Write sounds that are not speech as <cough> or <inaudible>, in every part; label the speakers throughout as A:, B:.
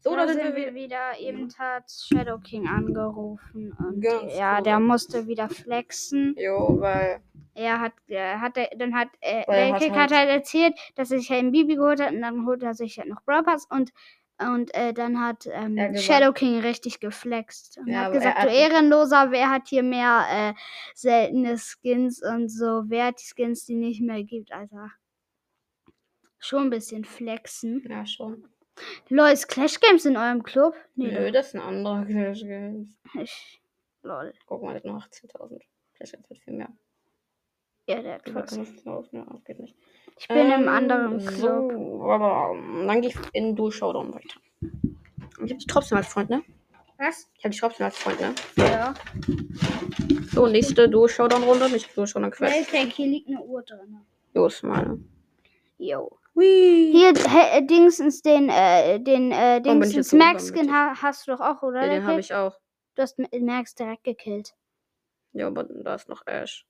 A: So, da
B: da
A: sind wir wieder.
B: wir wieder. Eben hat Shadow King angerufen. Und
A: Ganz genau.
B: ja,
A: cool.
B: der musste wieder flexen.
A: Jo, weil.
B: Er hat, äh, hat er, dann hat, äh,
A: Weil er
B: der
A: hat
B: Kick
A: halt-
B: hat halt erzählt, dass er sich ein Bibi geholt hat und dann holt er sich halt noch Brawl Pass und, und äh, dann hat ähm,
A: Er gesagt-
B: Shadow King richtig geflext und
A: Ja,
B: hat
A: aber er
B: gesagt,
A: hat-
B: du Ehrenloser, wer hat hier mehr äh, seltene Skins und so, wer hat die Skins, die nicht mehr gibt, Alter. Schon ein bisschen flexen.
A: Ja, schon.
B: Lol, ist Clash Games in eurem Club? Nee,
A: Nö, das ist ein anderer Clash Games.
B: doch nicht. Lol.
A: Guck mal, der hat nur 18.000. Clash Games hat halt viel mehr.
B: Ja, der
A: Ich weiß
B: Club.
A: nicht, auf, ne, auf geht nicht.
B: Ich bin
A: Ähm,
B: im anderen Club.
A: So, aber ähm, dann gehe ich in Dual Showdown weiter. Ich habe dich trotzdem als Freund, ne?
B: Was?
A: Ich habe dich trotzdem als Freund, ne?
B: Ja.
A: So, nächste Dual Showdown Runde, nicht Dual Showdown Quest.
B: Weltkrieg, hier liegt eine Uhr drin.
A: Jo, ist meine.
B: Yo.
A: Whee!
B: Hier, hä, äh, Dingsens, den, äh, den,
A: bin
B: äh,
A: ich
B: Dingsens
A: jetzt so
B: Max-Skin
A: unbarmherzig?
B: ha hast du doch auch, oder?
A: Ja, den
B: Lecky?
A: habe ich auch.
B: Du hast M- Max direkt gekillt.
A: Ja, aber da ist noch Ash.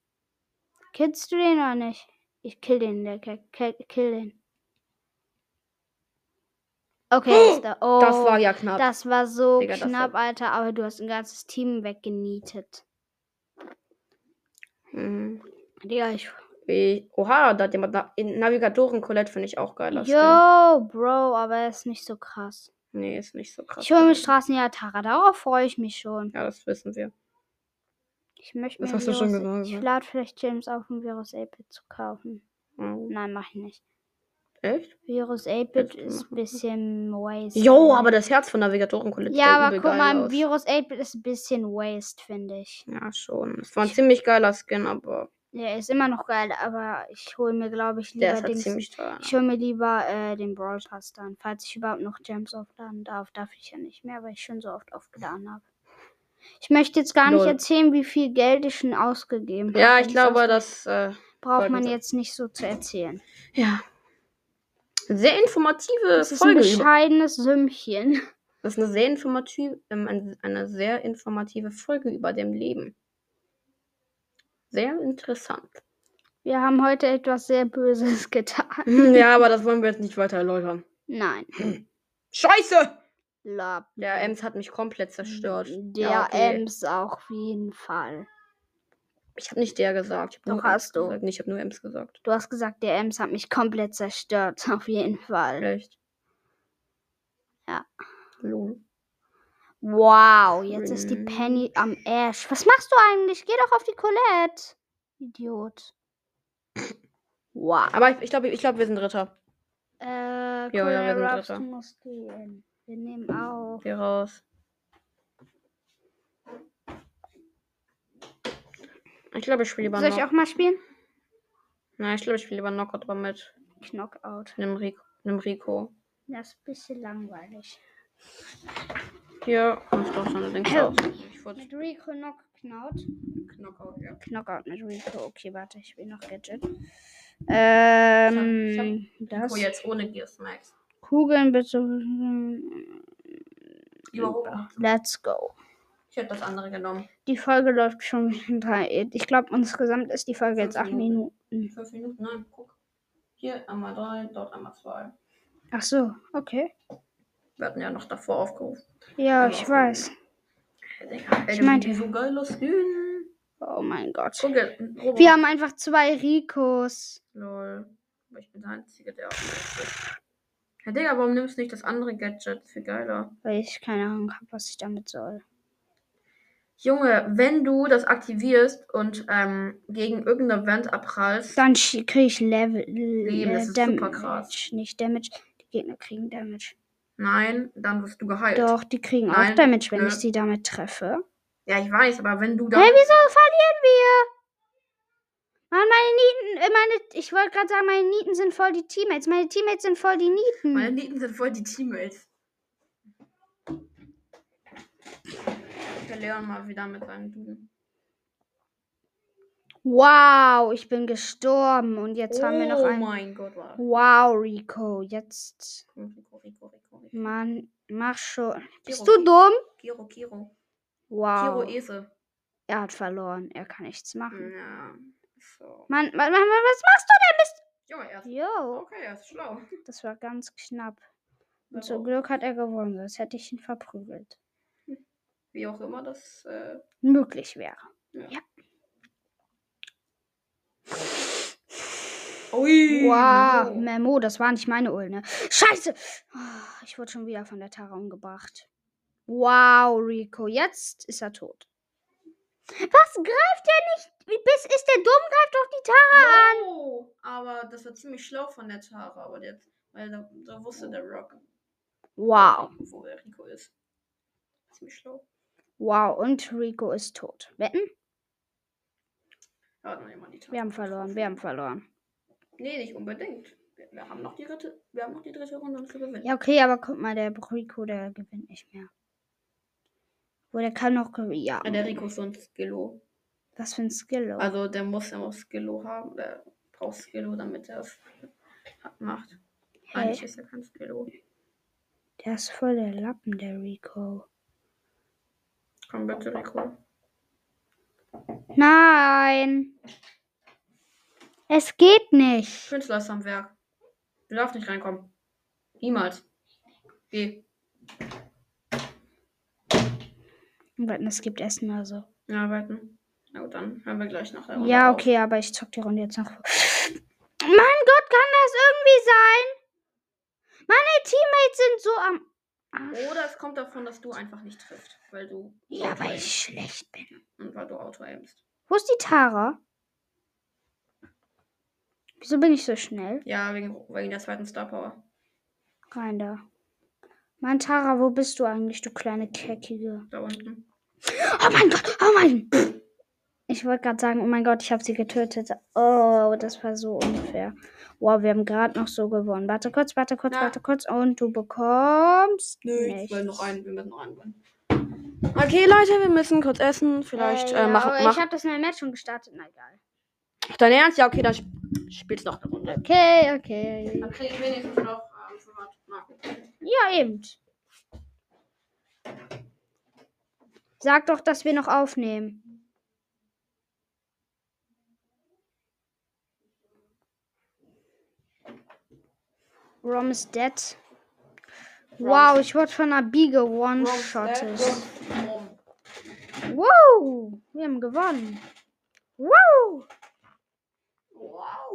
B: Killst du den oder nicht? Ich kill den, der kill, kill den. Okay,
A: Oh,
B: jetzt da. Oh,
A: Das war ja knapp.
B: das war so
A: Digga, das war-
B: knapp, Alter, aber du hast ein ganzes Team weggenietet.
A: Mhm.
B: Digga, ich.
A: Wie- Oha, da hat jemand Na in Navigatoren Colette finde ich auch geil. das Skin.
B: Yo, Bro, aber er ist nicht so krass.
A: Nee, ist nicht so krass.
B: Ich hole mir
A: gewesen.
B: Straßenjahr Tara, darauf freue ich mich schon.
A: Ja, das wissen wir.
B: Ich möchte
A: Das
B: mir ein
A: hast du schon
B: Virus-
A: gesagt,
B: Ich
A: ja.
B: lade vielleicht James auf, um Virus 8-Bit zu kaufen.
A: Mhm.
B: Nein, mach ich nicht.
A: Echt?
B: Virus 8-Bit
A: Kannst du
B: ist
A: machen.
B: ein bisschen waste.
A: Jo,
B: finde
A: aber
B: ich.
A: das Herz von Navigatoren Colette.
B: Ja,
A: sah
B: aber
A: halt übel
B: guck
A: geil
B: mal,
A: aus.
B: Virus 8-Bit ist ein bisschen waste, finde ich.
A: Ja, schon. Es war ein ziemlich geiler Skin, aber
B: Der ist immer noch geil, aber ich hole mir, glaube ich,
A: der
B: lieber
A: ist halt
B: Dings.
A: ziemlich teuer.
B: Ich hole mir lieber äh, den Brawl Pass dann. Falls ich überhaupt noch Gems aufladen darf, darf ich ja nicht mehr, weil ich schon so oft aufgeladen habe. Ich möchte jetzt gar nicht
A: Lol.
B: erzählen, wie viel Geld ich schon ausgegeben habe.
A: Ja, ich
B: Wenn's
A: glaube,
B: ausge-
A: das. Äh,
B: braucht
A: wollten
B: man
A: sie-
B: jetzt nicht so zu erzählen.
A: ja. Sehr informative
B: Das ist ein
A: Äh, Folge. über-
B: bescheidenes Sümmchen. <laughs>
A: Das ist eine sehr informative, ähm, ein- eine sehr informative Folge über dem Leben. Sehr
B: <laughs>
A: interessant.
B: Wir haben heute etwas sehr Böses <laughs> getan.
A: ja, aber das wollen wir jetzt nicht weiter erläutern.
B: Nein.
A: Scheiße!
B: Lab.
A: Der Ems hat mich komplett zerstört.
B: Der
A: Ja, okay.
B: Ems auch auf jeden Fall.
A: Ich habe nicht der gesagt. Ich hab
B: Doch,
A: nur Ems
B: hast du.
A: Gesagt. Nee, ich habe nur Ems gesagt.
B: Du hast gesagt, der Ems hat mich komplett zerstört. <laughs> Auf jeden Fall.
A: Echt?
B: Ja.
A: Lol.
B: Wow, jetzt ist die
A: Cringe.
B: Penny am Ash. Was machst du eigentlich? Geh doch auf die Colette. Idiot. Wow.
A: Aber ich, ich glaube, ich glaub, wir sind Dritter.
B: Äh,
A: ja, wir
B: Colonel
A: sind
B: Ruffs,
A: Dritter.
B: du musst gehen. Wir nehmen auf.
A: Geh raus. Ich glaube, ich spiele lieber
B: Soll ich
A: Knockout.
B: auch mal spielen?
A: Nein, ich glaube, ich spiele lieber Knockout aber mit
B: Knockout.
A: einem Rico. Einem Rico.
B: Das ist ein bisschen langweilig.
A: Hier kommst du auch schon links raus. Ich wollte
B: Mit Rico Knock Knout.
A: Knockout, ja.
B: Knockout mit Rico. Okay, warte, ich will noch Gadget.
A: Ich hab-
B: Ähm, das.
A: Oh, jetzt ohne Gears Max.
B: Kugeln bitte.
A: Lieber hoch.
B: Let's go.
A: Ich hätte das andere genommen.
B: Die Folge läuft schon drei. Ich glaube, insgesamt ist die Folge jetzt acht
A: Fünf
B: Minuten.
A: Minuten. Fünf Minuten, nein, guck. Hier einmal drei, dort einmal zwei.
B: Ach so, okay.
A: Wir hatten ja noch davor aufgerufen.
B: Ja,
A: Ja,
B: ich
A: auf
B: weiß.
A: Ich
B: meinte-
A: So geiler Skin.
B: Oh mein Gott.
A: Guck jetzt. ein Robo.
B: Wir haben einfach zwei Ricos.
A: Lol. Aber ich bin der Einzige, der auch ist. Herr Digga, warum nimmst du nicht das andere Gadget? Viel geiler.
B: Weil ich keine Ahnung habe, was ich damit soll.
A: Junge, wenn du das aktivierst und ähm, gegen irgendeine Wand abprallst.
B: Dann kriege ich Level. Leben,
A: das ist super krass.
B: Nicht Damage. Die Gegner kriegen Damage.
A: Nein, dann wirst du geheilt.
B: Doch, die kriegen auch
A: Äh, Nein,
B: Damage, wenn
A: nö.
B: ich sie damit treffe.
A: Ja, ich weiß, aber wenn du
B: Hä,
A: da.
B: hey, wieso verlieren wir? Mann, meine Nieten, äh, meine, ich wollte gerade sagen, meine Nieten sind voll die Teammates. Meine Teammates sind voll die Nieten.
A: Meine Nieten sind voll die Teammates. Der Leon mal wieder mit seinen Duden.
B: Wow, ich bin gestorben und jetzt haben wir noch
A: oh
B: einen.
A: mein Gott, war.
B: Wow, Rico, jetzt.
A: Rico, Rico, Rico, Rico.
B: Mann, mach schon. Bist
A: Kiro,
B: du dumm?
A: Kiro, Kiro. Kiro
B: Wow.
A: Ese.
B: Er hat verloren. Er kann nichts machen.
A: Ja. So.
B: Mann, Mann, Mann, Mann was machst
A: Junge, er ist.
B: du? Yo,
A: Okay, er ist schlau. Also,
B: das war ganz knapp.
A: Wenn
B: Zum
A: auch-
B: Glück hat er gewonnen, sonst hätte ich ihn verprügelt.
A: Wie auch immer das. Äh,
B: Möglich wäre.
A: Ui!
B: Wow,
A: Memo.
B: Memo, das war nicht meine Ulne. Scheiße! Ah, Ich wurde schon wieder von der Tara umgebracht. Wow, Rico, jetzt ist er tot. Was greift er nicht? Wie bis ist der dumm? Greift doch die Tara.
A: Jo, aber das war ziemlich schlau von der Tara, aber der, weil da, da wusste der Rock,
B: Oh. Wow,
A: wo der Rico ist. Ziemlich schlau.
B: wow, und Rico ist tot. Wetten?
A: Ja, dann nehmen wir die Tara.
B: Wir haben verloren, wir haben verloren.
A: Nee, nicht unbedingt. Wir, wir, haben noch die dritte, wir haben noch die dritte Runde und zu gewinnen.
B: Ja, okay, aber guck mal, der Rico, der gewinnt nicht mehr. Wo der kann noch gewinnen. Ja,
A: Ja, Äh, der Rico ist so ein Skillo.
B: was für ein Skill. oh.
A: Also der muss ja auch Skillo haben. Der braucht Skillo, damit er es macht.
B: Hä?
A: Eigentlich ist er kein Skillo.
B: Der ist voll der Lappen, der Rico.
A: Komm bitte, Rico.
B: Nein. Es geht nicht.
A: Künstler ist am Werk. Du darfst nicht reinkommen. Niemals. Geh.
B: Warten, es gibt Essen also.
A: Ja, warten. Na gut, dann hören wir gleich nach der Runde
B: Ja,
A: auf.
B: okay, aber ich zock die Runde jetzt noch. Mein Gott, kann das irgendwie sein? Meine Teammates sind so am Arsch.
A: Oder es kommt davon, dass du einfach nicht triffst, weil du
B: Ja, weil
A: Auto-aimst
B: ich schlecht bin.
A: und weil du Auto aimst.
B: Wo ist die Tara? Wieso bin ich so schnell?
A: Ja, wegen, wegen der zweiten Star Power.
B: Rein da. Mann, Tara, wo bist du eigentlich, du kleine Keckige?
A: Da unten.
B: Oh mein Gott, oh mein Ich wollte gerade sagen, oh mein Gott, ich habe sie getötet. Oh, das war so unfair. Wow, wir haben gerade noch so gewonnen. Warte kurz, warte kurz,
A: Na.
B: warte kurz. Und du bekommst nichts.
A: weil noch einen, wir müssen noch einen wollen. Okay, Leute, wir müssen kurz essen. Vielleicht
B: Äh,
A: äh,
B: ja,
A: mach,
B: aber
A: mach
B: Ich habe das neue Match schon gestartet. Na egal.
A: dein Ernst. Ja, okay, dann sp spielst noch eine Runde.
B: Okay, okay.
A: Dann kriege ich wenigstens noch ähm, 500 Marken.
B: Ja, eben. Sag doch, dass wir noch aufnehmen. Rom is dead. Wow, ich wurde von einer Biege
A: ne?
B: one-shotted. Wow, wir haben gewonnen. Wow.
A: Wow.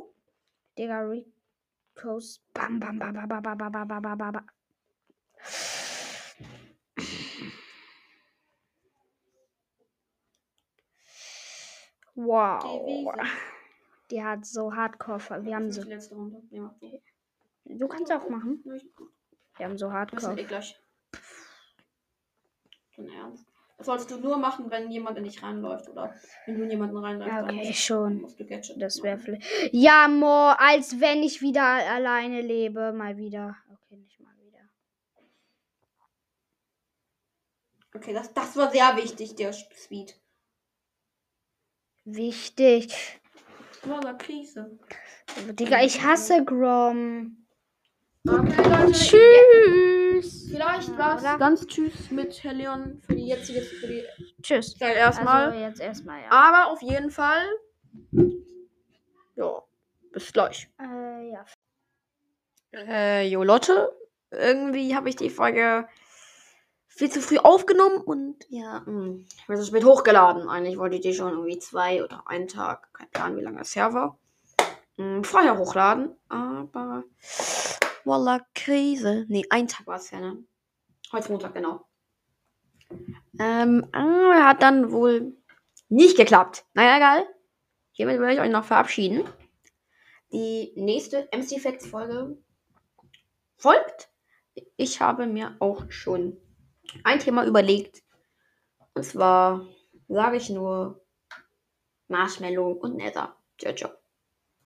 B: Digga, Ricos. Bam, bam, bam, bam, bam, bam, bam, bam, bam, bam, bam, bam.
A: Die
B: Wow.
A: Wiese.
B: Die hat so hardcore. ver- Wir haben
A: Das ist
B: so.
A: die letzte Runde. Nee, mach du.
B: Du kannst auch machen.
A: Nö, ich-
B: Wir haben so
A: Müssen
B: hardcore.
A: wir eh gleich. Dein Ernst. Das solltest du nur machen, wenn jemand in dich reinläuft oder wenn du in jemanden reinläufst. dann
B: Okay,
A: musst-
B: schon.
A: musst du Gadget
B: Das wäre
A: machen.
B: vielleicht. Ja, Mo, als wenn ich wieder alleine lebe. Mal wieder. Okay, nicht mal wieder.
A: Okay, das, das war sehr wichtig, der Sp- Speed.
B: Wichtig.
A: Voller Krise.
B: Digga, ich hasse Grom.
A: Okay, Leute.
B: Tschüss.
A: Vielleicht war es
B: Oder?
A: ganz tschüss mit Helion für die jetzige. Für die
B: Tschüss.
A: Zeit erstmal.
B: Also jetzt erstmal, ja.
A: Aber auf jeden Fall. Ja, bis gleich.
B: Äh, ja.
A: Äh, jo Leute, irgendwie habe ich die Folge viel zu früh aufgenommen und ja, mh, ich habe sie spät hochgeladen. Eigentlich wollte ich die schon irgendwie zwei oder einen Tag, kein Plan, wie lange das her war, mh, vorher hochladen, aber voila, Krise. Nee, ein Tag war es ja, ne? Heute ist Montag, genau. Ähm, äh, hat dann wohl nicht geklappt. Naja, egal. Hiermit will ich euch noch verabschieden. Die nächste MC Facts Folge folgt. Ich habe mir auch schon ein Thema überlegt. Und zwar sage ich nur Marshmallow und Nether. Ciao, ciao.